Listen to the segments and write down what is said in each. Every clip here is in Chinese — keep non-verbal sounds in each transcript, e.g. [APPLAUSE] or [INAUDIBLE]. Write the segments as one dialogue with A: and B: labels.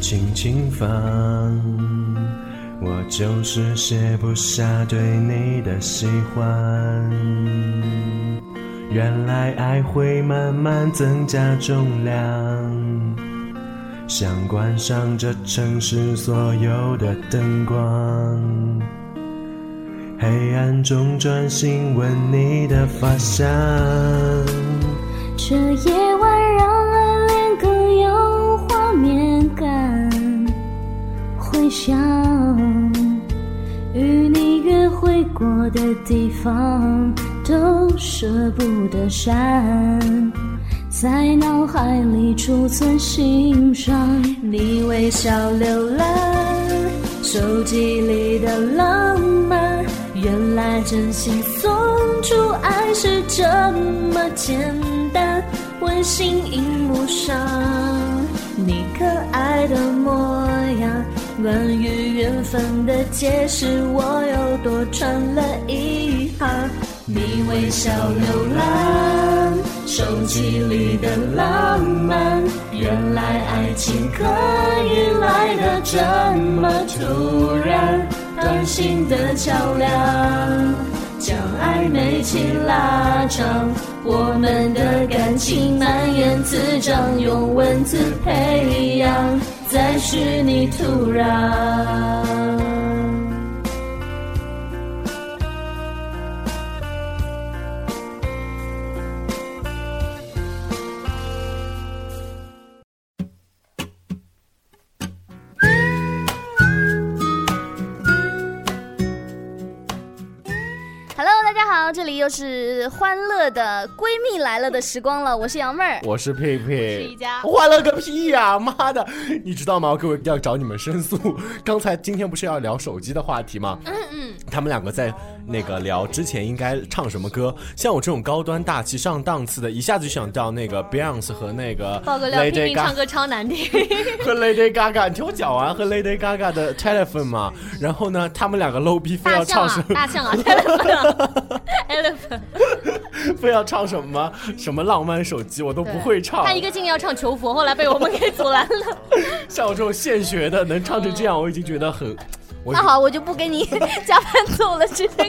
A: 轻轻放，我就是卸不下对你的喜欢。原来爱会慢慢增加重量，想关上这城市所有的灯光，黑暗中专心吻你的发香。
B: 这夜晚让爱恋更有画面感，回想与你约会过的地方都舍不得删，在脑海里储存心伤。
C: 你微笑浏览手机里的浪漫，原来真心送出爱是这么简单。温馨荧幕上你可爱的模样，关于缘分的解释我又多穿了一行。你微笑浏览手机里的浪漫，原来爱情可以来的这么突然，短信的桥梁将暧昧期拉长，我们的感情蔓延滋长，用文字培养，再虚拟土壤。
D: Hello，大家好，这里又是欢乐的闺蜜来了的时光了，我是杨妹儿。
A: 我是佩
E: 是一
A: 佩，
E: 家
A: 欢乐个屁呀、妈的，你知道吗？各位要找你们申诉。刚才今天不是要聊手机的话题吗？嗯嗯。他们两个在那个聊之前应该唱什么歌？像我这种高端大气上档次的，一下子就想到那个 Beyonce 和那个
E: 爆个料，拼
A: Lady
E: 命唱
A: Gaga
E: 歌超难听。
A: 和 Lady Gaga，你听我讲完和 Lady Gaga 的 Telephone 嘛。然后呢，他们两个 low 逼非 [LAUGHS] 要
E: 大象
A: 唱什
E: 啊
A: 么，？
E: 大象啊，elephant 啊 [LAUGHS] elephant，
A: 非要唱什么什么浪漫手机，我都不会唱。
E: 他一个劲要唱求佛，后来被我们给阻拦了。
A: [LAUGHS] 像我这种现学的，能唱成这样，我已经觉得很。
E: 哦
A: 我
D: 那好，我就不给你加伴奏了，直
A: [LAUGHS]
D: 接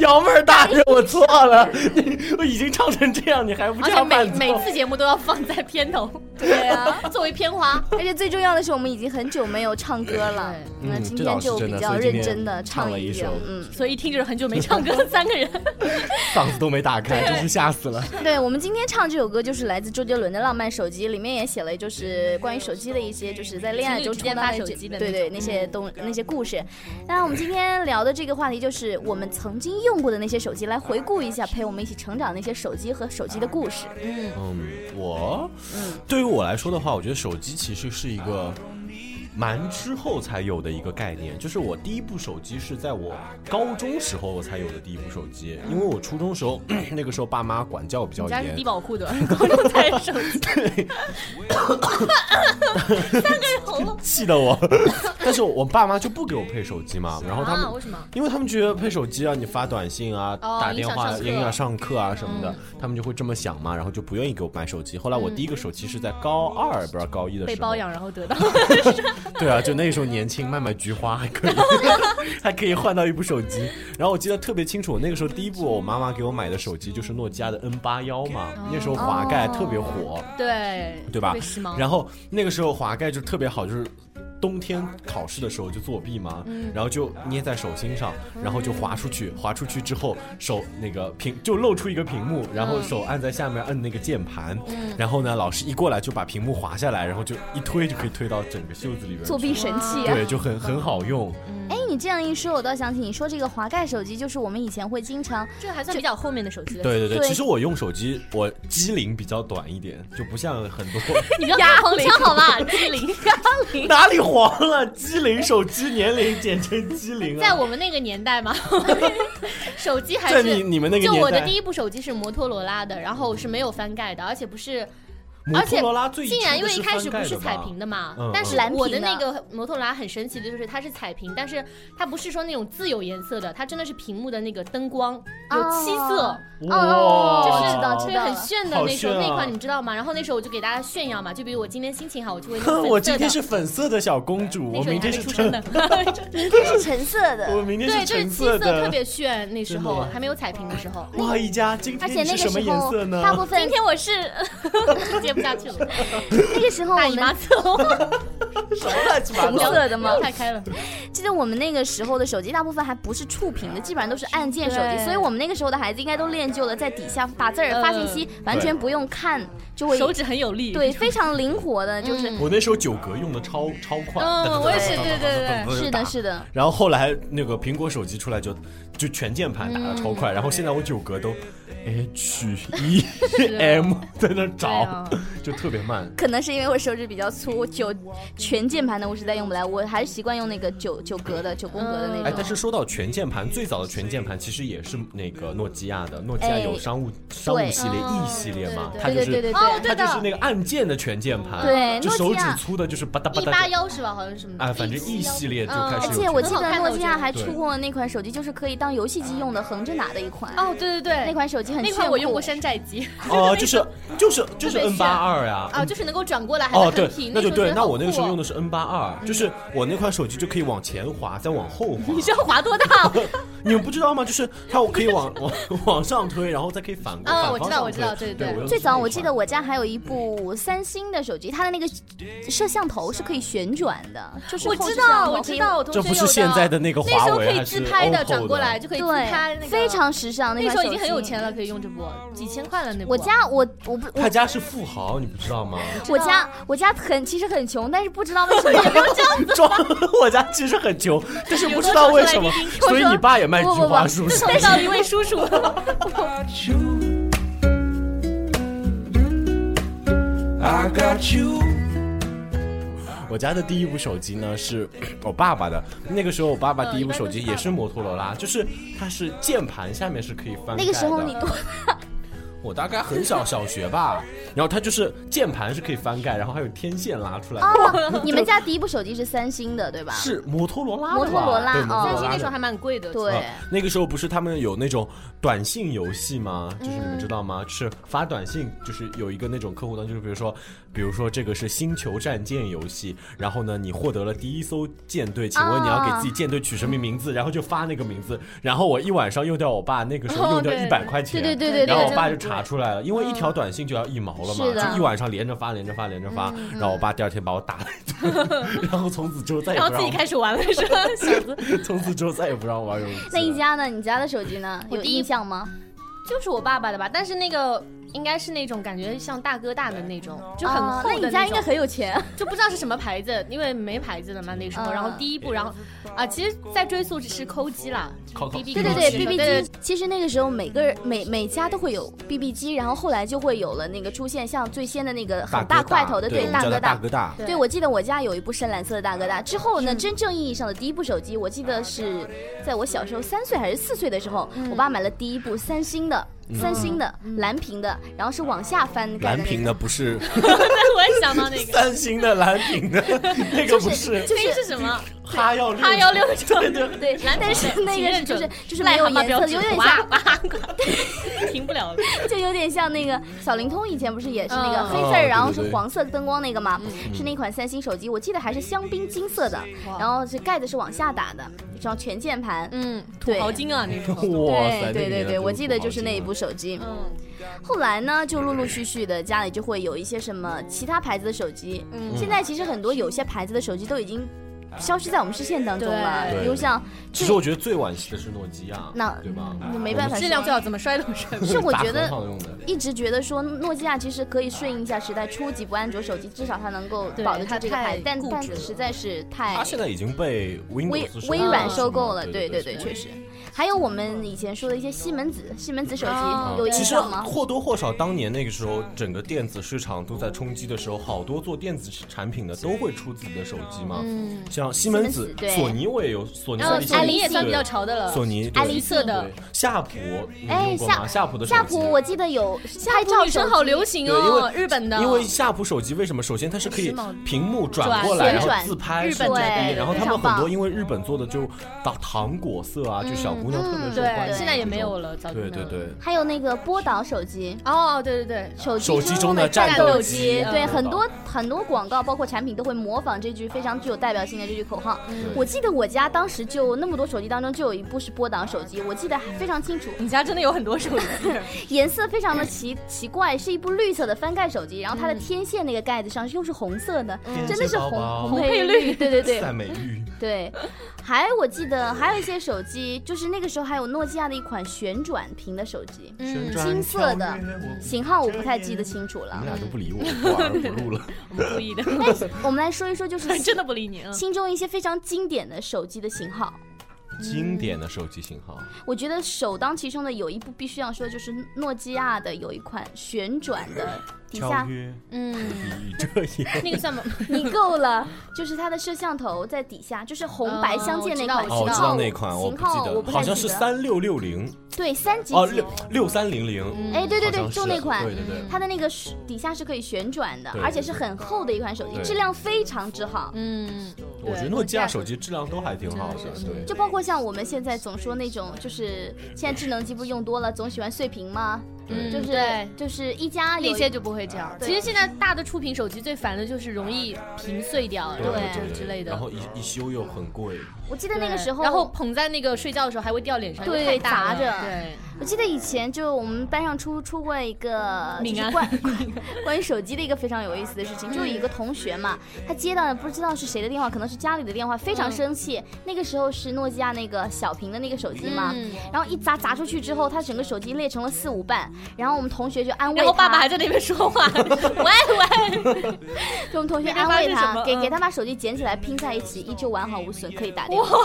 A: 幺妹儿大人，我错了，你我已经唱成这样，你还不
E: 而
A: 加
E: 且每
A: 伴奏
E: 每？次节目都要放在片头，
D: 对啊。
E: [LAUGHS]
D: 哎
E: 作为片花。
D: 而且最重要的是，我们已经很久没有唱歌了，
A: 对
D: 那
A: 嗯
D: 今
A: 这倒
D: 天
A: 是
D: 就
A: 真的
D: 比
A: 所
D: 较
A: 以今
D: 认
A: 天
D: 真的
A: 唱了一
D: 点
A: 首
D: 嗯，
E: 所以一听就是很久没唱歌，三个人。
A: [LAUGHS] 嗓子都没打开，真是吓死了。
D: 对，我们今天唱这首歌就是来自周杰伦的《浪漫手机》，里面也写了就是关于手机的一些，就是在恋爱中
E: 情侣之间
D: 充当
E: 发
D: 的
E: 手
D: 这
E: 机的
D: 对
E: 那
D: 对
E: 种嗯
D: 那些东那些故事。那我们今天聊的这个话题就是我们曾经用过的那些手机，来回顾一下陪我们一起成长的那些手机和手机的故事。
A: 嗯，我对于我来说的话，我觉得手机其实是一个蛮之后才有的一个概念，就是我第一部手机是在我高中时候我才有的第一部手机，因为我初中时候 [CLEARS THROAT] 那个时候爸妈管教比较
E: 你家是
A: 严
E: 低，保户的，
D: [LAUGHS]
E: 高 [LAUGHS] 中才手
A: [LAUGHS]
E: 机，
D: [LAUGHS]
A: 气得我， [LAUGHS] 但是我爸妈就不给我配手机嘛，然后他们
E: 啊为什么？
A: 因为他们觉得配手机让你发短信啊、
E: 哦
A: 打电话、
E: 影响嗯
A: 影响上课啊什么的，他们就会这么想嘛，然后就不愿意给我买手机。后来我第一个手机是在高二，不知道高一的时候
E: 被包养，然后
D: [LAUGHS]
E: 得到。
A: 对啊，就那时候年轻，卖卖菊花还
E: [LAUGHS]
A: 可以，还可以换到一部手机。然后我记得特别清楚，我那个时候第一部我妈妈给我买的手机就是诺基亚的 N 八幺嘛，
E: 哦
A: 那时候滑盖特别火。
E: 对，
A: 对吧
E: 特别时
D: 嗯
E: 髦。
A: 然后那个时候滑盖就特别好，就是冬天考试的时候就作弊嘛，
D: 嗯
A: 然后就捏在手心上，然后就滑出去，滑出去之后手那个屏就露出一个屏幕，然后手按在下面摁那个键盘，
D: 嗯
A: 然后呢老师一过来就把屏幕滑下来，然后就一推就可以推到整个袖子里边去。
D: 作弊神器啊！
A: 对，就很很好用。
D: 哎，你这样一说，我倒想起你说这个滑盖手机，就是我们以前会经常
E: 这还算比较后面的手机了。
A: 对对对，
D: 对
A: 其实我用手机，我机龄比较短一点，就不像很多
D: [LAUGHS]
E: 你不要打黄腔好吗？机灵， [LAUGHS] 机灵。
A: 哪里黄了，机龄手机年龄简称机龄啊。
E: 在我们那个年代嘛， [LAUGHS] 手机还
A: 在
E: 是
A: 你你们那个
E: 就
A: 年代，
E: 我的第一部手机是摩托罗拉的，然后是没有翻盖的，而且不是
A: 摩
E: 而且
A: 托罗拉最
E: 竟然因为一
A: 一
E: 开始不是彩屏
A: 的
E: 的嘛，
A: 嗯
E: 但是
D: 嗯蓝
E: 我的
D: 屏的
E: 那个摩托罗拉很神奇的就是它是彩屏，但是它不是说那种自由颜色的，它真的是屏幕的那个灯光有七色
D: 哦，
A: 吧，
D: 哦
E: 就
A: 哇，
E: 是
D: 知道
E: 特
D: 知
E: 别
D: 道
E: 很
D: 了
E: 炫的
A: 好
E: 那种
A: 炫啊
E: 那款，你知道吗？然后那时候我就给大家炫耀嘛，就比如我今天心情好，我就会弄
A: [LAUGHS] 我
E: 哦粉色
A: 今
E: 的
A: 天。是粉色的小公主，
E: 那
A: 我
E: 时候
A: 明
E: 你还没
A: 天是
E: 出生
A: 橙
E: 呢，，
D: 明天是橙色的，
A: 我明天
E: [LAUGHS] 对，就是
A: 橙 [LAUGHS]
E: 七色特
A: 的。
E: 别炫，那时
A: 真的
E: 候
A: 吗
E: 还没有彩屏的时候。
A: 哇，一家，今
D: [LAUGHS] 而且
A: 天
D: 那
A: 是
D: 个
A: 什么
D: 时
A: 颜
D: 候
A: 色呢？
D: 大部分
E: 今天我是 [LAUGHS] 接不下去了，
D: 那个时候
E: 大
D: 我
E: 姨妈
D: 们
E: 走， [LAUGHS]
A: 什么乱七八
D: 红色的 [LAUGHS] 吗？
E: 太开了，
D: 记得我们那个时候的手机大部分还不是触屏的，基本上都是按键手机，
E: 对
D: 所以我们那个时候的孩子应该都练就了在底下打字儿、发信息，完全不用看就会
E: 手指很有力。
D: 对非常灵活的，就是
E: 嗯
A: 我那时候九格用的超超快，
E: 嗯，我也是，
A: 噔噔噔噔
E: 对对对。
A: 噔噔
D: 是
A: 打
D: 的，是的，
A: 然后后来那个苹果手机出来就就全键盘打的超快，然后现在我九格都 H E M 在那找，
E: 啊
A: [LAUGHS] 就特别慢。
D: 可能是因为我手指比较粗，我九全键盘的我实在用不来，我还是习惯用那个九九格的九宫格的那
E: 嗯
D: 种。
A: 哎，但是说到全键盘，最早的全键盘其实也是那个诺基亚的，诺基亚
D: 哎
A: 有商务商务系列、E 系列嘛，
E: 哦对
A: 它
D: 对
A: 就
D: 对
A: 是
D: 对对
E: 哦，
D: 对，
A: 它
E: 对
A: 就是
E: 的，
A: 那个按键的全键盘，
D: 对
A: 就
D: 诺基
A: 手指
D: 亚
A: 粗的，就是吧嗒
E: 一
A: 吧嗒
E: 八
A: 的。
E: 幺是吧？好像是什么
A: 啊反正 E 系列就开始
D: 呃而
A: 有
D: 且我记
E: 很好
D: 得
E: 看的
D: 诺基亚还
A: 对
D: 出过那款手机，就是可以当游戏机用的横着打的一款。
E: 哦，对对对，
D: 那款手机很
E: 那
D: 炫
E: 款我
D: 酷
E: 用过山寨 [LAUGHS] 机
A: 哦，就是就是就是
E: 特别
A: N 八二呀，
E: 啊，就是能够转过来，还
A: 哦，
E: 能
A: 对
E: 横屏，
A: 那就对。那我那个时候用
E: 的
A: 的是 N 八二，就是我那款手机就可以往前滑，再往后滑。
E: 时候很酷哦，你知道滑多大？
A: [LAUGHS] 你们不知道吗？就是它可以往往往上推，然后再可以反过。
E: 嗯
A: 反
E: 我知
A: 方
E: 道
A: 向
E: 我知道
A: 推
E: 对对
A: 对
E: 对
A: 用的
D: 最
A: 是
D: 早
A: 那
D: 我
A: 一
D: 记
A: 款
D: 得我家还有一部三星的手机，它的那个摄像头是可以旋转的，就是
E: 我
D: 后
E: 知
D: 摄像
E: 道，
D: 头
E: 我
D: 可
E: 知
D: 以
E: 道，我同学
A: 这
E: 有
A: 不是现在的那个
E: 那
A: 华
E: 时候可
A: 为
E: 以
A: 还
E: 自
A: 是
E: 拍的，
A: OPPO
E: 转过来就可以自拍。那个
D: 对，非，常时尚。
E: 那时候
D: 款
E: 已经很
D: 手
E: 有
D: 机
E: 钱。了，可以用这波，几千块了那波。
D: 我家我我不
A: 他
D: 我
A: 家是富豪，你不知道吗？
D: 我家我家很其实很穷，但是不知道为什 [LAUGHS] 么不
A: [LAUGHS] 装，我家其实很穷，但是不知道为什么，
D: 我说
A: 所以你爸也卖菊
D: 不不
A: 花，
D: 不
A: 啊是不是？
E: 碰到一
A: [LAUGHS]
E: 位叔叔，
F: got you. I got you.
A: 我家的第一部手机呢是我爸爸的，那个时候我爸爸
D: 嗯
A: 第一部手机也是摩托罗拉，就是它是键盘下面是可以翻盖的。
D: 那个时候你多
A: 我大概很小，小学吧，然后它就是键盘是可以翻盖，然后还有天线拉出来的， [LAUGHS]
D: 哦，你们家第一部手机是三星的对吧？
A: 是摩托罗拉的吧
D: 摩托罗拉
A: 对
D: 哦
A: 摩托
E: 三
A: 罗
E: 星
A: 拉
E: 那时候
A: 的。
E: 还蛮贵的。
D: 对嗯
A: 啊，那个时候不是他们有那种短信游戏吗？就是你们知道吗？是发短信，就是有一个那种客户端，就是比如说，比如说这个是星球战舰游戏，然后呢，你获得了第一艘舰队，请问你要给自己舰队取什么名
D: 嗯
A: 字？然后就发那个名字，然后我一晚上用掉我爸那个时候用掉
E: 哦对
A: 一百块钱，
D: 对对对对
A: 然后我
D: 对，
A: 爸就查出来了，因为一条短信就要一毛了嘛，
D: 是的嗯
A: 就一晚上连着发，连着发，连着发，然后我爸第二天把我打了一顿， [LAUGHS] 然后从此之后再也
E: 然后
A: 不
E: 自
A: 让
E: 己
A: 我，
E: 开始玩了，是 [LAUGHS] 吧？小子，
A: 从此之后再也不让我玩游戏了。
D: 那一家呢？你家的手机呢？
E: 我
D: 有
E: 第一
D: 印象吗？
E: 就是我爸爸的吧，但是那个应该是那种感觉像大哥大的那种，就很
D: 啊
E: 厚
D: 那
E: 的
D: 你家应
E: 种
D: 该很有钱。
E: 就不知道是什么牌子，因为没牌子的嘛那时候。
D: 嗯
E: 然后第一部，然后啊，其实再追溯只是抠机啦 [LAUGHS]
A: 抠抠
E: ，B B
D: 对对
A: 嗯
D: 对
A: 是
E: [LAUGHS]
D: ，BB
E: 对
D: 机，其实那个时候每个人每每家都会有 BB 机，然后后来就会有了那个出现像最先的那个很大块头的，
A: 对，我们
D: 大
A: 叫
D: 哥
A: 它
D: 大
A: 大。哥大。
E: 对
D: 对，我记得我家有一部深蓝色的大哥大。之后
E: 嗯
D: 呢，真正意义上的第一部手机，我记得是在我小时候三岁还是四岁的时候，
E: 嗯
D: 我爸买了第一部三星的，三星的蓝屏的，然后是往下翻盖
A: 嗯蓝
D: 的那
A: 屏
D: 个。
A: 的不是 [LAUGHS]
E: 对，我也想到那个。
A: 三星的蓝屏的，那个不是
D: 就
E: 那
D: 是
E: 是什么？
A: 哈幺六
E: 八幺六九，对对
D: 对，但是那
E: 请
D: 个
E: 认
D: 就是
E: 准
D: 就是没
E: 癞
D: 有
E: 蛤蟆
D: 颜
E: 标
D: 色，
E: 志
D: 有点
E: 哇
D: 像
E: 哇，停不了了。
D: [LAUGHS] 就有点像那个小灵通以前不是也是那个
E: 嗯
D: 黑色儿，
A: 哦
D: 然后
A: 对对嗯
D: 是
A: 对
D: 黄色灯光那个嘛，是那款三星手机，我记得还是香槟金色的，然后是盖子是往下打的，然后全键盘。
E: 嗯，土
D: 对
E: 豪金啊，那时候。
A: [LAUGHS] 哇塞！
D: 对对对对，我记得就是那一部
A: 部。
D: 手机。
E: 嗯，
D: 后来呢，就陆陆续续的家里就会有一些什么其他牌子的手机。
E: 嗯
D: 现在其实很多有些牌子的手机都已经消失在我们视线当中了，
E: 对
D: 比
A: [LAUGHS]
D: 如像
A: 其实我觉得最惋惜的是诺基亚，
D: 那
A: 对吧？哎
D: 没办法
E: 质量最好，怎么摔都摔不
D: 是我
A: 打
D: 觉得
A: 很好用的。
D: 一直觉得说诺基亚其实可以顺应一下时代，出几部安卓手机，至少它能够
E: 对
D: 保得
E: 它
D: 住这个
E: 太
D: 牌子，但
E: 固
D: 但
E: 执了
D: 实在是太
A: 它现在已经被
D: 哎微
A: Windows
D: 微
A: 收购
D: 软
A: 了
D: 收购了，
A: 是吗
D: 对对
A: 啊对
D: 对，确实。还有我们以前说的一些西门子，西门子手
E: 哦
D: 机有
E: 对
D: 印
A: 其实
D: 象吗？
A: 或多或少，当年那个时候，整个电子市场都在冲击的时候，好多做电子产品的都会出自己的手机嘛。像像西门
D: 嗯西
A: 子
D: 门子、对呃
A: 索尼，我也有索尼
E: 然后
D: 嗯
A: 的一些，
E: 索尼也算比较
A: 对
E: 潮的了，
A: 索尼
E: 橘
A: 对
E: 色的
A: 对，夏普，你
D: 哎
A: 用过吗？
D: 夏
A: 夏普的手
D: 夏
A: 机
D: 普我记得有拍照
E: 女生
D: 手
E: 好
D: 机
E: 流行
A: 对，因
E: 哦，
A: 为
E: 日本的，
A: 因为夏普手机为什么？首先它是可以
E: 时髦
A: 屏幕转过
E: 转
A: 来，然后
D: 旋转
A: 自拍
E: 日
A: 手
E: 本
A: 机
E: 的对，
A: 然后
D: 非
A: 他们
D: 常
A: 很多
D: 棒
A: 因为日本做的就到糖果色啊，就小姑娘特别受
D: 嗯对
A: 欢迎。
E: 现在也没有。了，早就没
A: 对
E: 有
A: 对
E: 了。
A: 对，
D: 还有那个波导手机，
E: 哦，对对对，
D: 手机
A: 手机中的
D: 战
A: 战
E: 斗
A: 斗
E: 机
A: 机，
E: 嗯
D: 对，
A: 波
D: 很
A: 导
D: 多很多广告，包括产品都会模仿这句非常具有代表性的这句口号。
A: 对
D: 我记得我家当时就那么多手机当中就有一部是波导手机，我记得还非常清楚，
E: 你家真的有很多手机，
D: 颜色非常的奇奇怪，是一部绿色的翻盖手机，然后它的天线那个盖子上又是红色的，
A: 天
D: 真的是
A: 线宝
D: 嗯红
A: 宝
D: 红配绿，对对对， [LAUGHS]
A: 赛美绿，
D: 对，还我记得还有一些手机，就是那个时候还有诺基亚的一款旋转屏的手机，
A: 旋转
D: 金嗯色的
A: 跳跃我
D: 型号我不太记得清楚了
A: 你们。俩都不理我，我玩不录
D: 嗯
A: 了。
E: 我们故意的，
D: [LAUGHS] 我们来说一说，就是 [LAUGHS]
E: 真的不理
A: 嗯
E: 你啊。
D: 心中一些非常经典的手机的型号。
A: 经典的手机型号，
D: 我觉得首当其冲的有一部必须要说，就是诺基亚的有一款旋转的，底
A: 跳
D: 下
A: 跃，
E: 嗯，
A: 比这也。
E: 那个
D: [LAUGHS]
E: 算吗？
D: 你够了，就是它的摄像头在底下，就是红白相间那款
E: 哦
D: 型
A: 哦，
D: 号。
A: 我知道那款，我
D: 型
A: 不
D: 号
A: 记得
D: 我
A: 了，
D: 不太
A: 好像是
D: 记得
A: 三六六零，
D: 对三级
A: 哦，
D: 几
A: 六六三零零，
D: 哎，对对
A: 好
D: 对，
A: 像
D: 就是那款嗯
A: 对对对，
D: 它的那个是底下是可以旋转的，
A: 对
D: 而且是很厚的一款手机，
A: 对
D: 质量非常之好。
E: 嗯，
A: 我觉得诺基亚手机质量都还挺好的，对。
D: 就包括像我们现在总说那种，就是现在智能机不是用多了，总喜欢碎屏吗？
A: 对
D: 就
E: 嗯
D: 是
E: 对
D: 就是一加有
E: 那些就不会这样。
D: 嗯对
E: 其实现在大的触屏手机最烦的就是容易屏碎掉，然后就之类的
A: 然。
D: [LAUGHS]
A: 后一一修又很贵，
D: 我记得
E: 对
D: 那个时候，
E: 然后捧在那个睡觉的时候还会掉脸上，
D: 对
E: 因为太大
D: 砸
E: 了
D: 着
E: 对，
D: 我记得以前就我们班上出出过一个
E: 命
D: 就是
E: 案
D: 关
E: [LAUGHS]
D: 关于手机的一个非常有意思的事情，就有一个同学嘛，他接到了不知道是谁的电话，可能是家里的电话，
E: 嗯
D: 非常生气。那个时候是诺基亚那个小屏的那个手机嘛，
E: 嗯
D: 然后一砸砸出去之后，他整个手机裂成了四五瓣，然后我们同学就安慰他，
E: 然后爸爸还在那边说
D: [LAUGHS]
E: 话，喂喂，
D: 就我们同学
E: 那边发
D: 安慰
E: 生什
D: 他，
E: 么
D: 给
E: 嗯
D: 给他把手机捡起来拼在一起，依旧完好无损，可以打电话。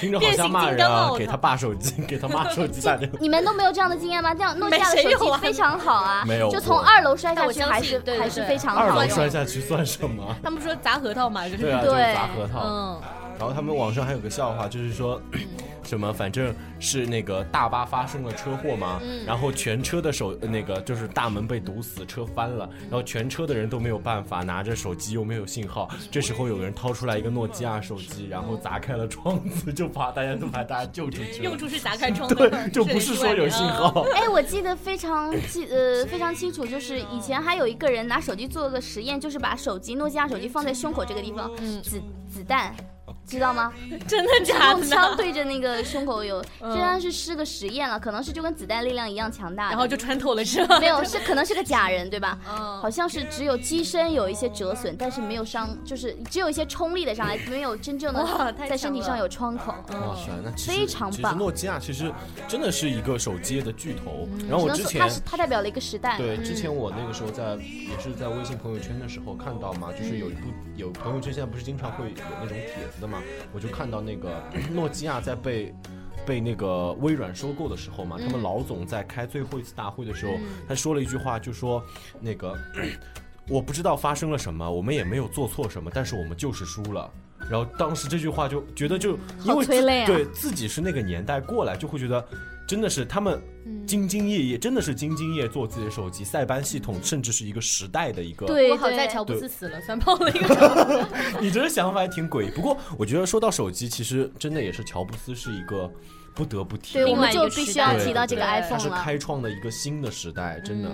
A: 听着好像骂人啊！给他爸手机，给他妈
D: [LAUGHS]
A: 手机打电话。
D: 你们都没有这样的经验吗？这样诺基亚的
E: 没谁有
D: 手机
E: 啊
D: 非常好啊，
A: [LAUGHS] 没有
D: 就从
A: 我
D: 二楼摔
E: 但
D: 下
E: 我
D: 去
E: 相
D: 还
E: 信
D: 是
E: 对对
D: 还是
E: 对
D: 非常好
A: 二
D: 用。
A: 楼摔下去算什
D: [LAUGHS]
A: 么？
E: [LAUGHS] 他们说砸核桃嘛，就是
A: 对啊，就
D: 对
A: 是砸核桃。
E: 嗯，
A: 然后他们网上还有个笑话，就是说。 [CLEARS THROAT] 什么？反正是那个大巴发生了车祸嘛，然后全车的手呃那个就是大门被堵死，车翻了，然后全车的人都没有办法，拿着手机又没有信号，这时候有人掏出来一个诺基亚手机，然后砸开了窗子，就把大家都把大家救出 [LAUGHS] 去了
E: 用。处是砸开窗的，
A: 对，就不是说有信
E: 嗯
A: 号。
D: 哎，我记得非常记呃非常清楚，就是以前还有一个人拿手机做个实验，就是把手机诺基亚手机放在胸口这个地方，
E: 嗯
D: 子子弹。知
E: [LAUGHS]
D: 道吗？
E: 真的嗯假
D: 用枪
E: 的？
D: 对着那个胸
E: [LAUGHS]
D: 口有，虽然是是个实验了，可能是就跟子弹力量一样强大的。
E: 然后就穿透了是吧？
D: [LAUGHS] 没有，是可能是个假人，对吧？
E: 嗯
D: 好像是只有机身有一些折损，但是没有伤，就是只有一些冲力的伤害，没有真正
E: 哇
D: 的
E: 太
D: 在身体
E: 强
D: 上
E: 了
D: 有创口。
A: 哇塞，那其实
D: 非常
A: 其实
D: 棒
A: 诺基亚其实真的是一个手机业的巨头。嗯然
D: 只
A: 后我
D: 能
A: 之
D: 说它
A: 前
D: 是它代表了一嗯个时代。
A: 对之前我那个时候在也是在微信朋友圈的时候看到嘛，就是有一部
D: 嗯
A: 有朋友圈现在不是经常会有那种帖子的嘛，我就看到那个 [CLEARS THROAT] 诺基亚在被。被那个微软收购的时候嘛，他
D: 嗯
A: 们老总在开最后一次大会的时候，他说了一句话，就说那个 [CLEARS THROAT] 我不知道发生了什么，我们也没有做错什么，但是我们就是输了。然后当时这句话就觉得就因为自
D: 催泪啊
A: 对自己是那个年代过来，就会觉得真的是他们
D: 嗯
A: 兢兢业业，真的是兢兢业做自己的手机塞班系统，甚至是一个时代的一个。
D: 嗯对，
E: 我好在
D: 对
E: 乔布斯死了，算爆了一
D: [LAUGHS]
E: 个。
A: [LAUGHS] 你这个想法还挺诡异。不过我觉得说到手机，其实真的也是乔布斯是一个不得不提的
D: 对，
A: 一
D: 我
E: 另外
A: 个，
D: 们
E: 一
D: 就
E: 个
D: 必
E: 时
D: 须要
E: 代
D: 提到这个
E: 对
A: 它
D: iPhone
A: 是
D: 了。嗯
A: 开创了一个新的时代，真的。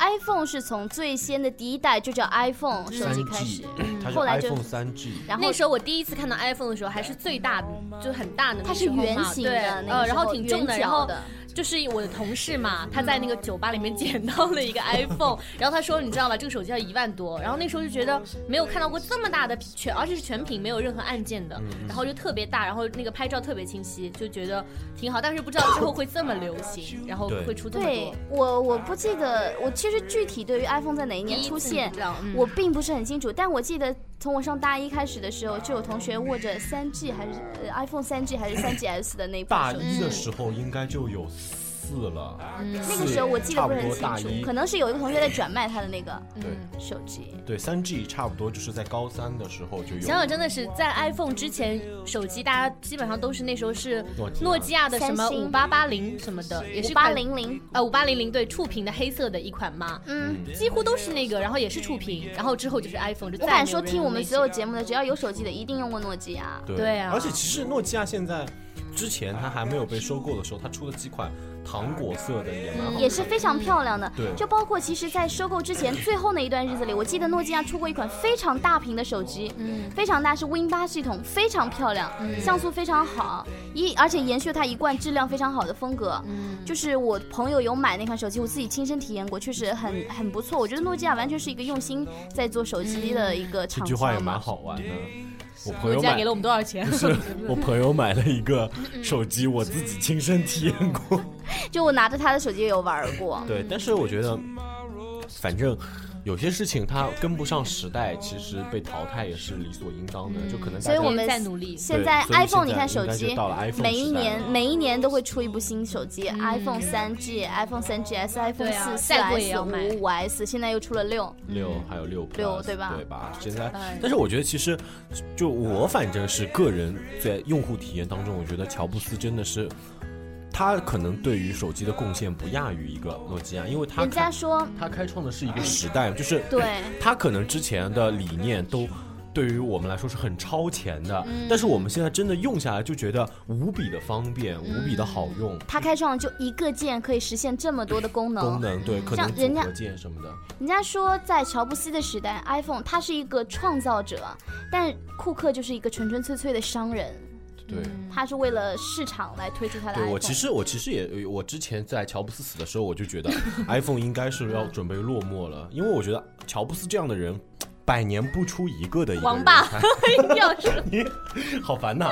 D: iPhone 是从最先的第一代就叫 iPhone 手
A: 三
D: 机开始嗯
A: G，，它是
D: 后来就
A: iPhone 三 G，
D: 然后
E: 那时候我第一次看到 iPhone 的时候，还是最大的，就很大的那
D: 它
E: 个
D: 是
E: 时候嘛，
D: 圆形
E: 对
D: 的，那
E: 呃，
D: 个时
E: 然
D: 候
E: 后挺重
D: 圆角
E: 然后
D: 的
E: 就是我的同事嘛，他在那个酒吧里面捡到了一个
D: [LAUGHS]
E: iPhone，然后他说你知道吧，这个手机要一万多，然后那时候就觉得没有看到过这么大的全，而且是全屏没有任何按键
D: 嗯
E: 的，然后就特别大，然后那个拍照特别清晰，就觉得挺好，但是不知道之后会这么流行，然后
A: 对
E: 会出这么
D: 对
E: 多。
D: 我，我不记得，我其实具体对于 iPhone 在哪一年
E: 第一
D: 出
E: 次
D: 现
E: 你知道嗯，
D: 我并不是很清楚。但我记得从我上大一开始的时候，就有同学握着三 G 还是呃 iPhone 三 G 还是三 GS 的那一
A: 大
D: 部手机，
A: 一的时候应该就有四了，
D: 嗯那个时候我记得不是
A: 差
D: 很
A: 不多大
D: 清
A: 一
D: 楚，可能是有一个同学在转卖他的那个
A: 对
D: 手机。
A: 对，三 G 差不多就是在高三的时候就有。
E: 想想真的是在 iPhone 之前，手机大家基本上都是那时候是
A: 诺基亚
E: 诺基亚的什么
D: 三
E: 五
D: 星
E: 八八零什么的，也是
D: 五
E: 一款
D: 八零零，
E: 呃五八零零对触屏的黑色的一款嘛，
D: 嗯，
E: 几乎都是那个，然后也是触屏，然后之后就是 iPhone，就再
D: 我
E: 也
D: 敢
E: 没有
D: 说
E: 人
D: 听我们
E: 用
D: 所有
E: 那
D: 节目的，只要有手机的，一定用过诺基亚。
A: 对
E: 对啊
A: 而且其实诺基亚现在之前它还没有被收购的时候，它出了几款糖果色的也蛮好看的，
D: 也是非常漂亮的
A: 对，
D: 就包括其实，在收购之前最后那一段日子里，我记得诺基亚出过一款非常大屏的手机，嗯，非常大，是 Win 八系统，非常漂亮，像嗯素非常好，一而且延续了它一贯质量非常好的风格，嗯，就是我朋友有买那款手机，我自己亲身体验过，确实很很不错。我觉得诺基亚完全是一个用心在做手机的一个
A: 这
D: 厂
A: 句话也
D: 商
A: 蛮
D: 嘛。
A: 好玩的。我
E: 个
A: 朋
E: 诺
A: 友
E: 基亚
A: 买
E: 给了我们多少钱？
A: 是 [LAUGHS]
E: [LAUGHS]
A: 我朋友买了一个手机，我自己亲身体验过。
D: 就我拿着他的手机也有玩
A: [LAUGHS]
D: 过，
A: 对，但是我觉得，反正有些事情它跟不上时代，其实被淘汰也是理所应当的。就可能大
D: 所以
A: 家
D: 我 [LAUGHS] 们
E: 在努力，
D: 现在
A: 所以现在
D: iPhone 你看手
A: 应该就
D: 机
A: 到了 iPhone 时代了嗯
D: 每一年每一年都会出一部新手机、i p h o n e 三 G、iPhone 三 GS、iPhone
E: 对啊
D: 四、四
E: 再贵也
D: S、
E: 要买
D: 五五 S，现在又出了六。
A: 六还有六 Plus,
D: 嗯六对吧嗯
A: 对吧？现在，但是我觉得其实，就我反正是个人在用户体验当中，我觉得乔布斯真的是，他可能对于手机的贡献不亚于一个诺基亚，因为他
D: 人家嗯
A: 开
D: 说
A: 他开创的是一个时代，就是
D: 对
A: 他可能之前的理念都。对于我们来说是很超前的，
D: 嗯
A: 但是我们现在真的用下来就觉得无比的方便，无
D: 嗯
A: 比的好用，
D: 他开创了就一个键可以实现这么多的功能，
A: 功能对，可能
D: 像人
A: 组
D: 家
A: 合键什么的，
D: 人家说在乔布斯的时代，iPhone 他是一个创造者，但库克就是一个纯纯粹粹的商人，
A: 对。
E: 嗯
D: 他是为了市场来推出他的
A: 对
D: iPhone。
A: 我其实我其实也呃我之前在乔布斯死的时候，我就
E: [LAUGHS]
A: 觉得 iPhone 应该是要准备落寞了，因为我觉得乔布斯这样的人，百年不出一个的一个人
E: 王八
A: 哎
E: 要是
A: [LAUGHS] 好烦呐、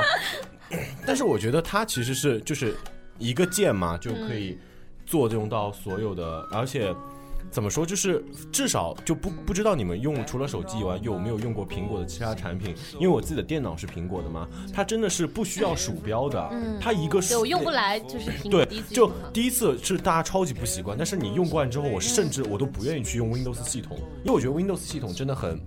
A: 但是我觉得他其实是就是一个键嘛，就可
E: 嗯
A: 以作用到所有的，而且。怎么说？就是至少就不不知道你们用除了手机以外有没有用过苹果的其他产品？因为我自己的电脑是苹果的嘛，它真的是不需要鼠标的，它一个
E: 嗯对
A: 鼠
E: 我用不来，就是苹果
A: 嗯对
E: 第一，次
A: 就
E: 用嘛
A: 第一次是大家超级不习惯，但是你用惯之后，我甚至我都不愿意去用 Windows 系统，因为我觉得 Windows 系统真的很，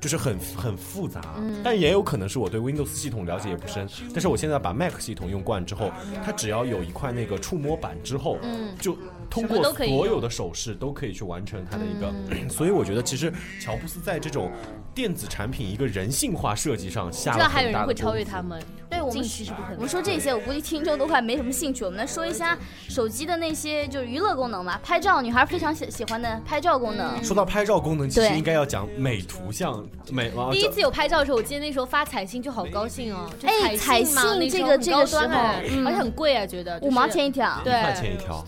A: 就是很很复杂。
E: 嗯
A: 但也有可能是我对 Windows 系统了解也不深，但是我现在把 Mac 系统用惯之后，它只要有一块那个触摸板之后，就通
E: 嗯什么
A: 过
E: 都可以用嗯
A: 所有的手势都可以去完成它的一个。 [CLEARS THROAT] 所以我觉得其实乔布斯在这种电子产品一个人性化设计上下
E: 知
A: 了
E: 道还有
A: 很大
E: 人
A: 的
E: 会超越
A: 功夫
E: 他们，
D: 对我们
E: 近期是不可
D: 我
E: 能
D: 们。说这些，我估计听众都快没什么兴趣。我们来说一下手机的那些就是娱乐功能吧，拍照，女孩非常喜喜欢的拍照功能。
E: 嗯
A: 说到拍照功能，其实
D: 对
A: 应该要讲美图像美啊
E: 第
A: 这
E: 一次有拍照的时候，我记得那时候发彩信就好高兴哦，就信嘛，
D: 哎彩信
E: 那时候
D: 这个
E: 很高
D: 这个时
E: 端
D: 候
E: 哎
D: 嗯
E: 而且很贵啊，觉得
D: 五毛，钱一条，
E: 就
A: 一
E: 是
A: 块
E: 对，
A: 钱一条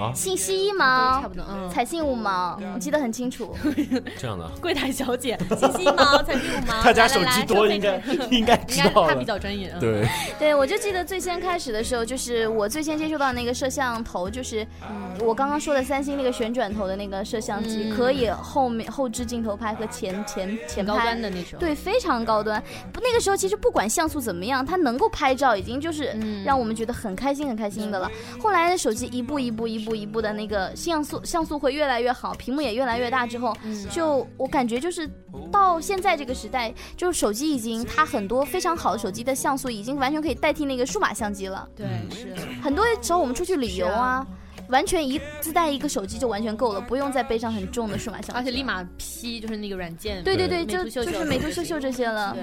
A: 啊，
D: 信息一毛，
E: 差不多嗯
D: 彩信五毛，我记得很清
E: 啊
D: 楚。
A: 这样的。
E: 柜台小姐，信息毛，彩信五毛，
A: 他家
E: 来
A: 手机多，
E: [LAUGHS]
A: 应该。
E: 来来收费
A: 应该
E: 应
A: [LAUGHS] 知
E: 该
A: 道
E: 他比
A: 了。
E: 较专业，嗯，
A: 对，
D: 对，我就记得最先开始的时候，就是我最先接触到那个摄像头，就是嗯我刚刚说的三星那个旋转头的那个摄像
E: 嗯
D: 机，可以后面后置镜头拍和前前
E: 很
D: 前拍
E: 高端的那时候。
D: 对，非常高端。不，那个时候其实不管像素怎么样，它能够拍照，已经就是
E: 嗯
D: 让我们觉得很开心、很开心的了。后来的手机一步一步、一步一步的那个像素像素会越来越好，屏幕也越来越大之后，
E: 嗯
D: 就我感觉就是到现在这个时代，就是手机已经它很多非常好的手机的像素已经完全可以代替那个数码相机了。
E: 对，是
D: 很多时候我们出去旅游
E: 是
D: 啊
E: 啊。
D: 完全一自带一个手机就完全够了，不用再背上很重的数码相机了。
E: 而且立马批就是那个软件，
D: 对对对，
E: 美
D: 就
E: 图秀
D: 就
E: 秀
D: 是美图秀秀这些了。
E: 对，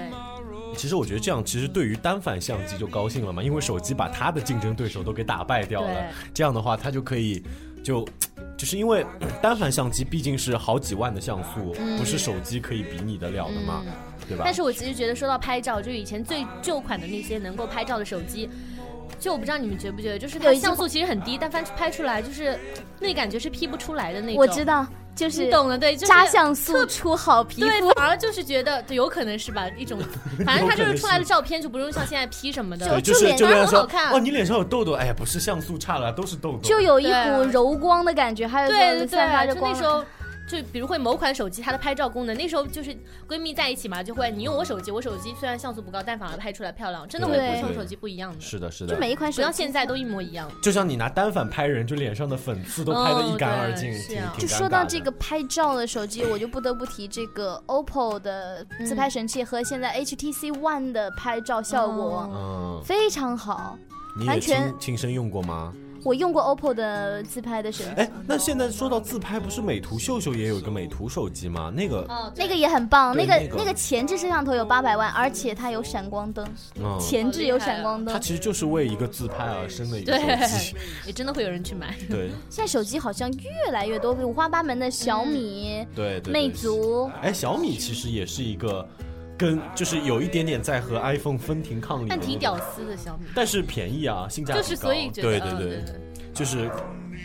A: 其实我觉得这样，其实对于单反相机就高兴了嘛，因为手机把他的竞争对手都给打败掉了
E: 对。
A: 这样的话，他就可以就就是因为单反相机毕竟是好几万的像素，不是手机可以比拟得了的嘛，对吧
E: 嗯但？是我其实觉得说到拍照，就以前最旧款的那些能够拍照的手机，就我不知道你们觉不觉得，就是它
D: 有一句
E: 像素其实很低，但翻拍出来就是那感觉是 P 不出来的那种。
D: 我知，道，就是
E: 你懂的，对，就是
D: 渣像素出好皮
E: 对
D: 肤。，
E: 反而就是觉得对有可能是吧，一
A: [LAUGHS]
E: 种，反正它就是出来的照片就不用像现在 P 什么的，
A: 对，就
D: 就是脸
A: 就
E: 上
A: 跟他
E: 很
A: 说
E: 好看，
A: 哦，你脸上有痘痘，哎呀，不是像素差了，都是痘痘。
D: 就有一股
E: 对
D: 柔光的感觉，还有
E: 对
D: 一
E: 对
D: 个散发
E: 对，
D: 着
E: 就
D: 光。
E: 那时候。就比如会某款手机它的拍照功能，那时候就是闺蜜在一起嘛，就会你用我手机，我手机虽然像素不高，但反而拍出来漂亮，真的会
D: 对
E: 不同手机不一样的，
A: 是的，是的
D: 就，每一款手
E: 不
D: 机
E: 像现在都一模一样。
A: 就像你拿单反拍人，就脸上的粉刺都拍得一干二净，
E: 哦对是
A: 挺
E: 啊
A: 挺
D: 就
A: 尴
D: 说
A: 尬
D: 到
A: 的
D: 这个拍照的手机，我就不得不提这个 OPPO 的自拍神器和现在 HTC One 的拍照效果
A: 嗯，
D: 非常好。
A: 你也
D: 完全
A: 亲亲身用过吗？
D: 我用过 OPPO 的自拍的神器，
A: 哎，那现在说到自拍，不是美图秀秀也有一个美图手机吗？那个，
E: 哦，
D: 那个也很棒。
A: 对
D: 那个
A: 那个
D: 那个前置摄像头有八百万，而且它有闪光灯，
A: 嗯，
D: 前置有闪光灯
A: 它。其实就是为一个自拍而生的一个手
E: [LAUGHS]
A: 机。
E: 也真的会有人去买。
A: 对
D: 现在手机好像越来越多五花八门的小米、
A: 嗯对对对，
D: 魅族，
A: 哎，小米其实也是一个跟就是有一点点在和 iPhone 分庭抗礼，
E: 但挺屌，丝的小米，
A: 但是便宜啊，性价比
E: 就
A: 高。
E: 是所以觉得
A: 对
E: 嗯
A: 对
E: 对
A: 对，就是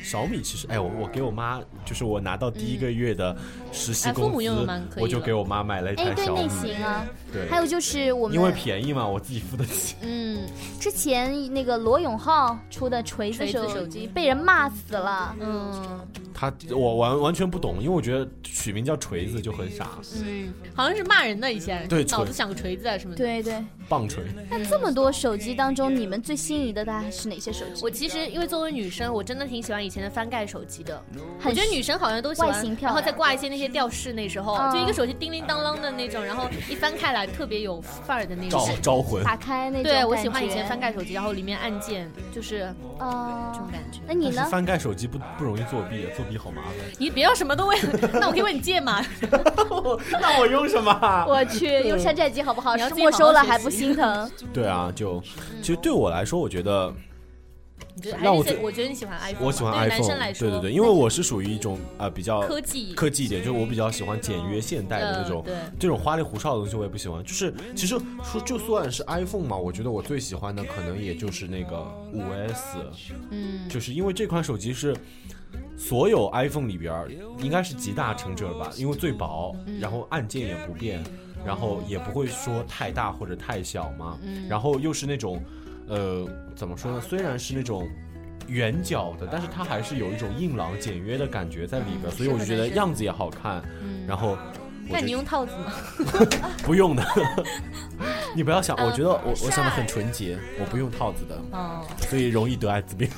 A: 小米其实，哎，我我给我妈，就是我拿到第一个月的实习
E: 哎父
A: 工
E: 母
A: 资，
E: 用的蛮可以
A: 我就
E: 了
A: 给我妈买了一
D: 哎，
A: 台
D: 对
A: 小米
D: 类，型啊，
A: 对，
D: 还有就是我们
A: 因为便宜嘛，我自己付得起。
D: 嗯，之前那个罗永浩出的锤子
E: 锤子
D: 手
E: 手
D: 机
E: 机
D: 被人骂死了，
E: 嗯
A: 他我完完全不懂，因为我觉得取名叫锤子就很傻，
E: 嗯，好像是骂人的以前，
A: 对
E: 脑
A: 锤
E: 子想个锤子啊什么的。
D: 对对。
A: 棒锤。
E: 嗯
D: 那这么多手机当中，你们最心仪的大概是哪些手机？
E: 我其实因为作为女生，我真的挺喜欢以前的翻盖手机的。
D: 很
E: 我觉得女生好像都喜
D: 外形
E: 欢，
D: 漂
E: 然
D: 亮
E: 后再挂一些那些吊饰，那时候
D: 嗯
E: 就一个手机叮铃当啷的那种，然后一翻开来特别有范儿的那
A: 招
E: 种。
A: 招魂，
D: 打开那种
E: 对，我喜欢以前翻
D: 感
E: 盖手机，然后里面按键就是
D: 觉。哦
E: 这种感觉。
D: 那你
A: 但
D: 呢
A: 是？翻盖手机不不容易作弊，作弊好麻烦。
E: 你别要什么
D: [LAUGHS]
E: 都问，那我可以问你借嘛？
A: 那我用什么啊？
D: 我去，用山寨机好不好？
E: 你要
D: 是
E: 自己
D: 没收了
E: 好好学习
D: 还不心疼？
A: 对啊，就
E: 嗯
A: 其实对我来说，我觉得
E: 你觉得
A: 那我
E: 还是
A: 最
E: 我觉得你喜欢 iPhone，吧
A: 我喜欢
E: 对于男
A: iPhone，
E: 生来说，
A: 对对对，因为我是属于一种呃比较
E: 科技
A: 科技一点，就是我比较喜欢简约现代的那种
E: 嗯对，
A: 这种花里胡哨的东西我也不喜欢。就是其实说就算是 iPhone 嘛，我觉得我最喜欢的可能也就是那个五 S，嗯，就是因为这款手机是。所有 iPhone 里边儿应该是集大成者吧，因为最薄，
E: 嗯
A: 然后按键也不变，然后也不会说太大或者太小嘛，
E: 嗯
A: 然后又是那种，呃，怎么说呢？虽然是那种圆角的，但是它还是有一种硬朗简约的感觉在里
E: 嗯
A: 边，所以我就觉得样子也好看，然后我
E: 那
A: 就
E: 你用套子吗？
A: 不用的，
D: [LAUGHS]
A: 你不要想，
D: 嗯
A: 我觉得我我想的很纯洁，我不用套子的，
E: 哦，
A: 所以容易得艾滋病。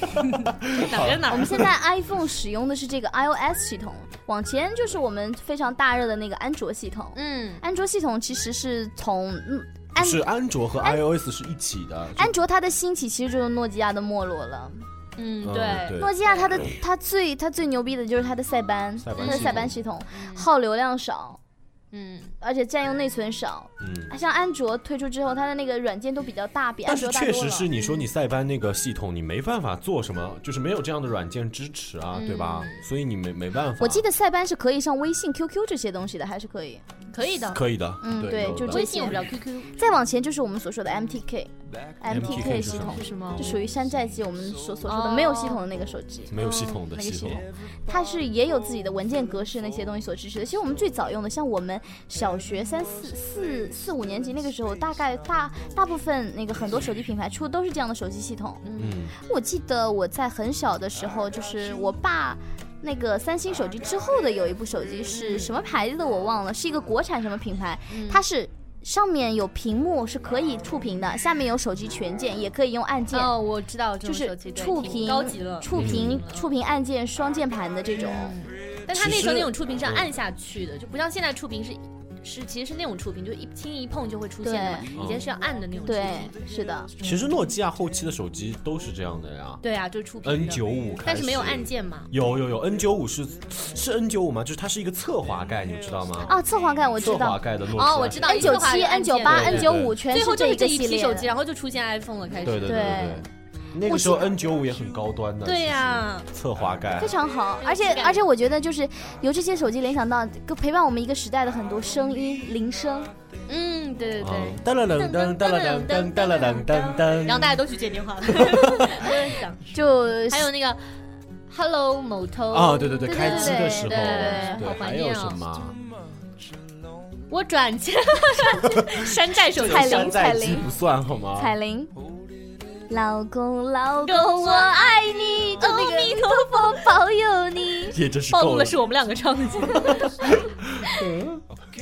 E: 哪跟哪
D: 我
E: 儿
D: 们？现在 iPhone 使用的是这个 iOS 系统，往前就是我们非常大热的那个安卓系统。
E: 嗯，
D: 安卓系统其实是从嗯安
A: 是安卓和 iOS 是一起的，就
D: 安卓它的兴起其实就是诺基亚的没落了。
E: 嗯，
A: 嗯
E: 对，
D: 诺基亚它的它最它最牛逼的就是它的塞班，
A: 塞班
D: 它的
A: 系
D: 塞班
A: 统
D: 系统耗流量少，
E: 嗯，
D: 而且占用内存少。
A: 嗯。
D: 像安卓推出之后，它的那个软件都比较大，比安
A: 但是
D: 卓大多嗯
A: 确实
D: 了。
A: 是你说你塞班那个系统，你没办法做什么，就是没有这样的软件支持啊，对吧？所以你没没办法。
D: 嗯我记得塞班是可以上微信、QQ 这些东西的，还是可以。
E: 可以的。
A: 可以的，
D: 嗯对
A: 对，有
D: 就
A: 的
D: 这
E: 微信用不了 QQ
D: 再往前就是我们所说的 MTK、
A: MTK 是
D: 系
A: 什么
D: 统
E: 是，什么
D: 就？属于山寨机，我们所所说的
E: 哦
D: 没有系统的那个手机。
A: 没有系统的
D: 那个
A: 系
D: 嗯系
A: 统
D: 统。，它是也有自己的文件格式那些东西所支持的。其实我们最早用的，像我们小学三四四四五年级那个时候，大概大大部分那个很多手机品牌出的都是这样的手机系统。
A: 嗯，
D: 我记得我在很小的时候，就是我爸。那个三星手机之后的有一部手机是什么牌子的我忘了，是一个国产什么品牌，它是上面有屏幕是可以触屏的，下面有手机全键，也可以用按键。
E: 哦，我知道，这种
D: 就是
E: 手机对
D: 触
E: 挺
D: 屏
E: 高级了。嗯
D: 触屏、
A: 嗯
D: 触屏按键双键盘的这种，
E: 但它那时候
A: 其实
E: 那种触屏是按下去的，就不像现在触屏是是其实是那种触屏，就一轻易一碰就会出现的嘛。
A: 对
E: 以前是要按的那种触
D: 对
E: 屏。，
D: 是的，
A: 其实诺基亚后期的手机都是这样的呀
E: 对啊，就是触屏
A: ，N
E: 的。
A: 九五，
E: 但是没有按。键嘛。
A: 有有有，N 九五是是 N 九五吗？就是它是一个侧滑盖，你知道吗？
D: 哦，侧滑盖我
A: 侧
D: 知
A: 滑
D: 道
A: 盖的诺基亚。
E: 哦，我知道。
D: ，N 九
E: 一个滑
D: 七、
E: 有
D: N
E: 按键
D: 九八、
E: 的
D: N 九五全
E: 最
D: 是
E: 后就
D: 这
E: 是这
D: 个
E: 一
D: 系
E: 批
D: 列
E: 手机，
D: 的。
E: 然后就出现 iPhone 了，开始。
A: 对对对对
D: 对
A: 对。那个时候 N 九五也很高端的。
E: 对呀、
A: 其实。侧滑盖
D: 非。常好，而
E: 嗯
D: 且
E: 质感
D: 而且我觉得就是由这些手机联想到跟陪伴我们一个时代的很多声音铃声，
E: 嗯，对对对。
A: 嗯，哒啦噔噔哒啦噔噔哒啦噔噔
E: 然后
A: 噔。
E: 大家都去接电话
D: [LAUGHS]
E: 了，都在想
D: 就
E: 还有那个 Hello 某头
A: 啊，对对对，
D: 对对
A: 开机的时候，
E: 对对对好
A: 对，
E: 怀
A: 还
E: 念
A: 有
E: 哦
A: 什么？
E: 我转接山寨手机
D: 彩
E: 上
D: 铃
A: 山寨机不算好吗？
D: 彩铃，
B: 老公老公
E: 公
B: 我爱你，
D: 哦
E: 就
B: 阿
E: 那个
B: 弥陀
D: [LAUGHS]
B: 佛保佑你。
A: 也真是
E: 暴露
A: 够
E: 了是我们两个唱的。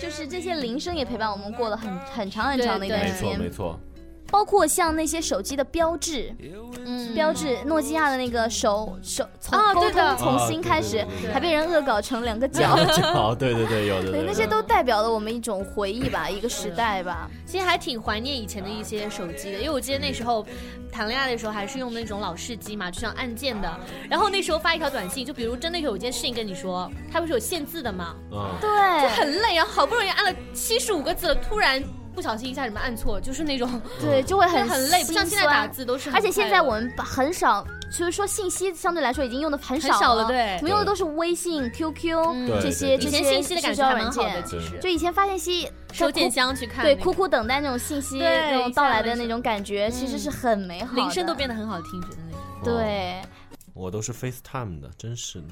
D: 就是这些铃声也陪伴我们过了很很长很长的一
E: 对
D: 段
A: 没
D: 时
A: 错没
D: 间，
A: 错，
D: 包括像那些手机的标志，
E: 嗯
D: 标志诺基亚的那个手手从
E: 啊
D: 沟
E: 对的
D: 通从心开始
A: 啊对对对对，
D: 还被人恶搞成两个
A: [LAUGHS]
D: 角。
A: 好，对对对，有的
D: 对，
A: 有的
D: 那些都代表了我们一种回忆吧，一个时代吧。
E: 其实还挺怀念以前的一些手机的，因为我记得那时候谈恋爱的时候还是用那种老式机嘛，就像按键的。然后那时候发一条短信，就比如真的有一件事情跟你说，它不是有限字的嘛，
A: 嗯，
D: 对
E: 很累，然后好不容易按了七十五个字了，突然不小心一下什么按错，就是那种
D: 对，就会很
E: [LAUGHS] 很累，不像
D: 心
E: 现在打
D: 酸
E: 字都是很快
D: 而
E: 乐。
D: 且现在我们把很少，就是说信息相对来说已经用的很少
E: 很少了对嗯
D: 我们用的都是微信、QQ
A: 对
D: 这些
E: 以
D: 这
E: 前
D: 些
E: 信息的感觉
D: 社交
E: 还
D: 软
E: 蛮好的，
D: 件。
E: 其实
D: 就以前发信息，
E: 收件
D: 在
E: 箱去看
D: 苦，
E: 那
D: 对
E: 个，
D: 苦苦等待那种信息，
E: 对
D: 那种到来的
E: 一下来嗯
D: 那种感觉，其实是很美好的。
E: 铃声都变得很好听，觉得那种。 [LAUGHS]
D: 对，
A: 我都是 FaceTime 的，真是的。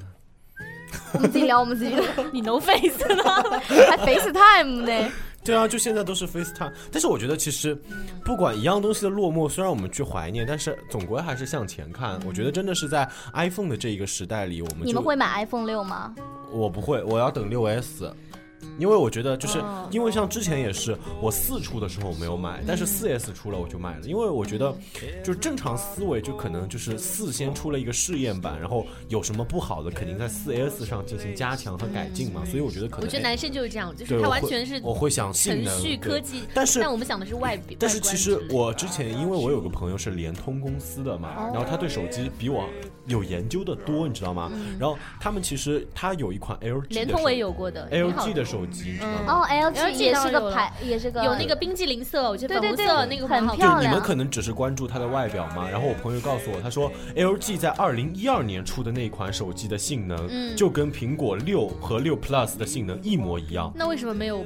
D: 我们自己聊我们自己的，
E: 你 no face 了，
D: 还 FaceTime 哎呢。
A: 对啊，就现在都是 FaceTime，但是我觉得其实
E: 嗯
A: 不管一样东西的落寞，虽然我们去怀念，但是总归还是向前看。
E: 嗯
A: 我觉得真的是在 iPhone 的这一个时代里，我们就
D: 你们会买 iPhone 六吗？
A: 我不会，我要等六 S。因为我觉得，就是
E: 哦
A: 因为像之前也是，我四出的时候我没有买，
E: 嗯
A: 但是四 S 出了我就买了。因为我觉得，就是正常思维就可能就是四先出了一个试验版，然后有什么不好的肯定在四 S 上进行加强和改进嘛。所以我觉得可能，
E: 嗯
A: 哎
E: 我觉得男生就是这样，就
A: 对
E: 是他
A: 我
E: 完
A: 会
E: 全是
A: 我会想性
E: 程
A: 能
E: 序
A: 对
E: 科技，
A: 但是
E: 我们想的是外表。
A: 但是其
E: 外
A: 实
E: 观之类的啊
A: 我之前，因为我有个朋友是联通公司的嘛，
E: 哦
A: 然后他对手机比我有研究的多，你知道吗？
E: 嗯
A: 然后他们其实他有一款 LG，的
E: 联通我也
A: 手
E: 有过的嗯挺好
A: LG 的手机，你知道吗？
D: 哦，LG
E: LG
D: 也
E: 当
D: 是
E: 然有
D: 个
E: 了
D: 牌，也是个
E: 有那个冰激凌色，我觉得
D: 对
E: 粉红
D: 对对
E: 色那个
D: 很
E: 好看
D: 漂
A: 就
D: 亮
A: 你们可能只是关注它的外表嘛，然后我朋友告诉我，他说 LG 在二零一二年出的那款手机的性能，
E: 嗯
A: 就跟苹果六和六 Plus 的性能一模一样。
E: 那为什么没有？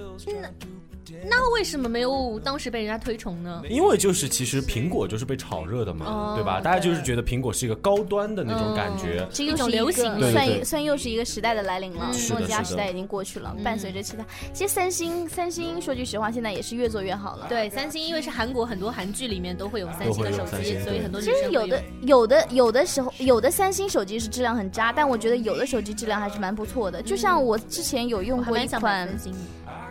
E: 那那为什么没有当时被人家推崇呢？
A: 因为就是其实苹果就是被炒热的嘛，
E: 哦
A: 对吧？大家就是觉得苹果是一个高端的那种感觉，
D: 这
E: 一
D: 又
E: 种
D: 是
E: 流
D: 个
E: 行
A: 对对对嗯
D: 算算又是一个时代的来临了。
A: 是的
D: 诺基亚
A: 是
D: 时
A: 的
D: 代已经过去了，
E: 嗯
D: 伴随着其他，其实三星三星说句实话，现在也是越做越好了。，
E: 对，三星因为是韩国很多韩剧里面都会有三星的手
A: 都会有三
E: 机，
A: 星
E: 所以很多女
D: 其
E: 生
D: 实有
E: 会
D: 的有的有的时候有的三星手机是质量很渣，但我觉得有的手机质量还是蛮不错的。就像我之前有
E: 嗯我
D: 用
E: 还
D: 过
E: 蛮
D: 一
E: 想买
D: 款
E: 三星的。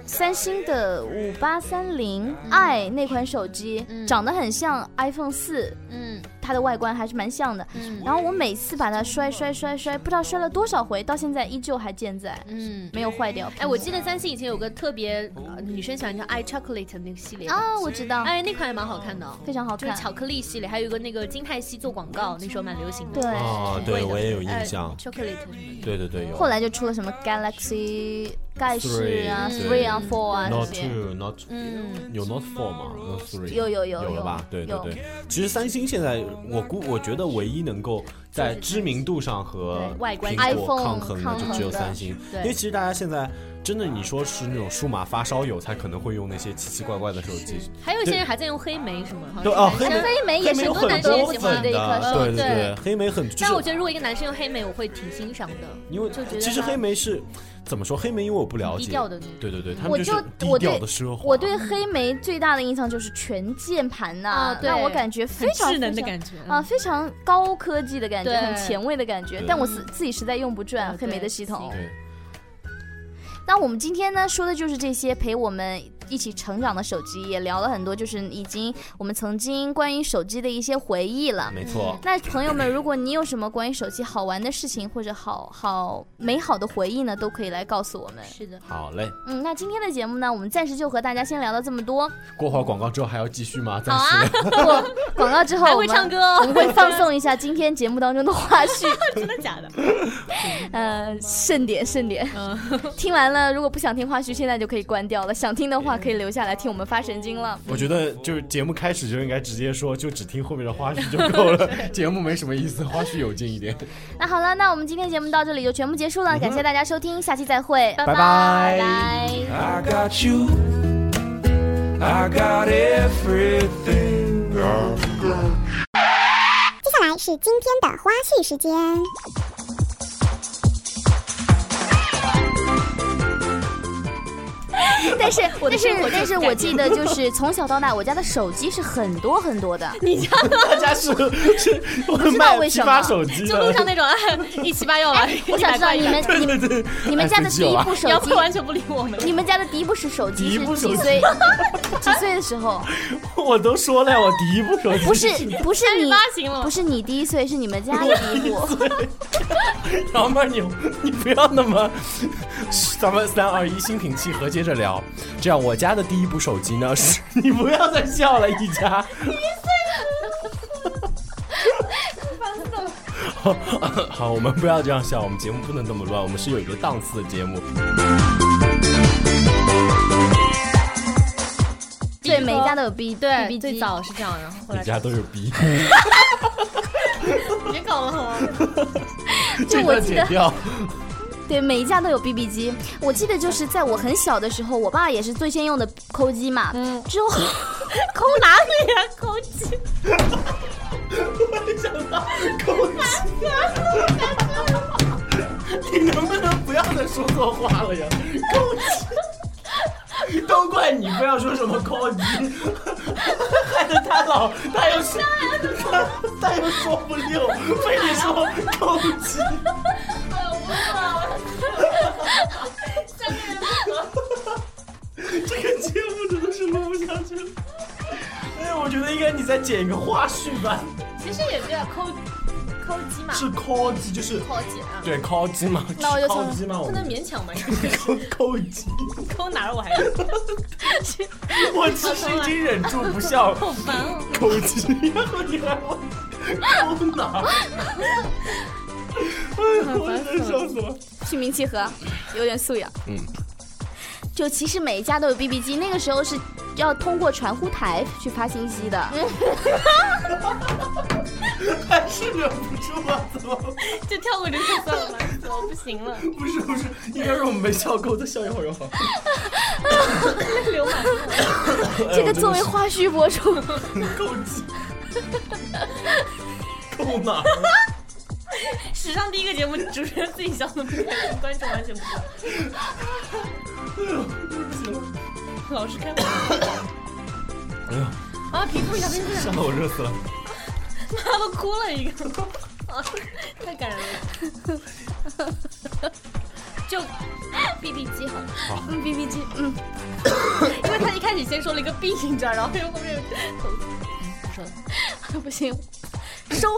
D: 三星的五八三零 i 那款手机，
E: 嗯
D: 长得很像 iPhone 四，
E: 嗯
D: 它的外观还是蛮像的。
E: 嗯
D: 然后我每次把它摔摔摔摔，不知道摔了多少回，到现在依旧还健在，
E: 嗯。
D: 没有坏掉。
E: 哎，我记得三星以前有个特别、呃女生喜欢叫 i chocolate 的那个系列，
D: 啊，我知道，
E: 哎，那款也蛮好看的哦，
D: 非常好
E: 就是
D: 看。
E: 巧克力系列，还有一个那个金泰熙做广告，那时候蛮流行的。
D: 对，
A: 哦，
E: 贵
A: 对，
E: 的
A: 我也有印
E: 呃
A: 象。
E: ，chocolate 什么的。
A: 对对对，有。
D: 后来就出了什么 Galaxy 盖世啊、
A: Three，
D: Three 啊
A: 对、
D: Four 啊这
A: Not
D: 些。
A: two, not
E: 嗯，
A: 有 Not four 吗？Not three
D: 有有有
A: 有了
D: 有
A: 吧？对对
D: 有
A: 对。其实三星现在，我估我觉得唯一能够在知名度上和
E: 对外观
A: 苹果
D: iPhone
A: 抗衡的，
D: 抗
A: 就
D: 衡
A: 只有
D: 的
A: 三星。
E: 对
A: 因为其实大家现在真的，你说是那种数码发烧友才可能会用那些奇奇怪怪的手机。
E: 还有一些人还在用黑莓什么，好像
A: 对
E: 是
A: 哦，
E: 男
A: 黑
E: 生
A: 莓
D: 黑哎莓也是
A: 有
E: 很多
A: 很
E: 男生
A: 多
E: 也喜欢
A: 粉
D: 的一
A: 的
D: 颗，
E: 手
A: 对
E: 机
A: 对，黑莓很就
E: 但我
A: 是
E: 觉得如果一个男生用黑莓，我会挺欣赏的。
A: 因为
E: 就觉得
A: 其实
E: 它
A: 黑莓是怎么说？黑莓因为我不了解，
E: 低调的那种
A: 对对对，他
D: 我
A: 们是
D: 就
A: 低
D: 我
A: 调
D: 对
A: 的奢华。
D: 我对黑莓最大的印象就是全键盘呐、
E: 啊对
D: 让我感觉非常
E: 智能的
D: 非常
E: 感觉 [LAUGHS]
D: 啊，非常高科技的感觉，
E: 对
D: 很前卫的感觉
A: 对。
D: 但我自自己实在用不转
E: 嗯
D: 黑莓
E: 对
D: 的系统。
A: 对。
D: 那我们今天呢说的就是这些陪我们一起成长的手机，也聊了很多，就是已经我们曾经关于手机的一些回忆了。
A: 没错，
D: 那朋友们，如果你有什么关于手机好玩的事情或者好好美好的回忆呢，都可以来告诉我们。
E: 是的，
A: 好嘞。
D: 嗯，那今天的节目呢，我们暂时就和大家先聊到这么
E: [LAUGHS]
D: 多。
A: 过会儿广告之后还要继续吗？暂
E: 好
A: 时。 [LAUGHS]
E: 啊，
D: 广告之后
E: 还
D: 我
E: 会
D: 们
E: 唱歌哦
D: 我们会放送一下今天节目当中的
E: [LAUGHS]
D: 花絮，
E: 真的假的？
D: 呃，盛典盛典。
E: 嗯，
D: 听完了，如果不想听花絮，现在就可以关掉了；想听的话，可以留下来听我们发神经了。
A: 我觉得就是节目开始就应该直接说，就只听后面的花絮就够
D: [LAUGHS]
A: 了。节目没什么意思，花絮有劲一点。
D: 那好了，那我们今天节目到这里就全部结束了，感谢大家收听，下期再会，
A: 拜拜
D: 拜拜。
F: I got you. I got everything. I got
G: 接下来是今天的花絮时间。
D: 但是
E: 我的
D: 但是
E: 生活就是
D: 但是
E: 这样
D: 我记得就是从小到大，我家的手机是很多很多 [LAUGHS] 的，
A: 大家是是我
D: 知道
A: 卖
D: 为
A: 批
D: 什么
A: 发手机
E: 就路
A: 的，
E: 上那种 [LAUGHS] 哎一七八要玩，
D: 我想知道
E: 100
D: 你们
E: 块
D: [LAUGHS] 你们
A: [LAUGHS] 对对对，
D: 你们家的
A: 哎手
D: 第
A: 机有
D: 一
A: 啊
D: 部手
E: 姚
D: 机
E: 佩，完全不理我们。
D: 你们家的第一部是手
A: 第
D: 机
A: 一
D: 是
A: 部手
D: 几
A: 机
D: 岁几岁的时候？
A: [LAUGHS] 我都说了呀，我第一部手机
D: 不 [LAUGHS] 是不是你
E: 发行了
D: 不是你第一岁，是你们家的 [LAUGHS] 第一部。
A: [LAUGHS] 杨妹儿，你你不要那么，咱们三二一心平气和接着聊。这样，我家的第一部手机呢 [LAUGHS] 是，你不要再笑了，一家。 [LAUGHS] 好好，我们不要这样笑，我们节目不能这么乱，我们是有一个档次的节目。
D: 对，每家都有 B
E: 对
D: B
E: 最
D: 机。
E: 早是这样，然后后
A: 人
E: 来
A: 家都有逼，
E: 别搞了好吗？
A: 这
D: 我
A: 段
D: 记
A: 剪
D: 得
A: 掉。
D: 对，每一家都有 BB 机。我记得就是在我很小的时候，我爸也是最先用的抠机嘛。之后 [LAUGHS] 抠哪里呀、抠机。
A: 你 [LAUGHS] 能不能不要再说错话了呀？高级，都怪 [LAUGHS] 你不要说什么高级， [LAUGHS] 害得他老，他又是他他又说不溜，非得说高级。 [LAUGHS] 这个节目真的是录不下去了。哎，我觉得应该你再剪一个花絮吧，
E: 其实也叫抠抠机嘛，
A: 是高级，就是
E: 抠机啊，
A: 对高级嘛，
D: 那我就是
A: 高级嘛，我
E: 不能
A: 们
E: 勉强嘛，
A: [LAUGHS] 高级。
E: 抠哪儿我还是
A: 我其实已经忍住不笑，
E: 好烦哦。
A: 口气，然后你还问抠哪儿？哎呦，我真的笑死了！
D: 心平气和，有点素养。
A: 嗯，
D: 就其实每一家都有 BB 机，那个时候是要通过传呼台去发信息的。
A: 还是忍不住啊，怎么？
E: 就跳过这就算了吧，我不行了，
A: 不是不是，应该是我们没笑够，再笑一会儿就好。哎
E: 流满
D: 这个作为花絮播出。
A: 口 [LAUGHS] 气，抠哪儿？
E: 史上第一个节目，主持人自己笑的，观众完全不知道。
D: [LAUGHS]
E: 老师开玩笑
A: 哎呦，
E: 啊，皮肤小心点，
A: 吓得我热死了！
E: 他都哭了一个，啊，太感人了。就 B B 机好了，
D: 嗯，B B 机，嗯，
E: 因为他一开始先说了一个 B 你知道，然后又后面，
D: 不行，收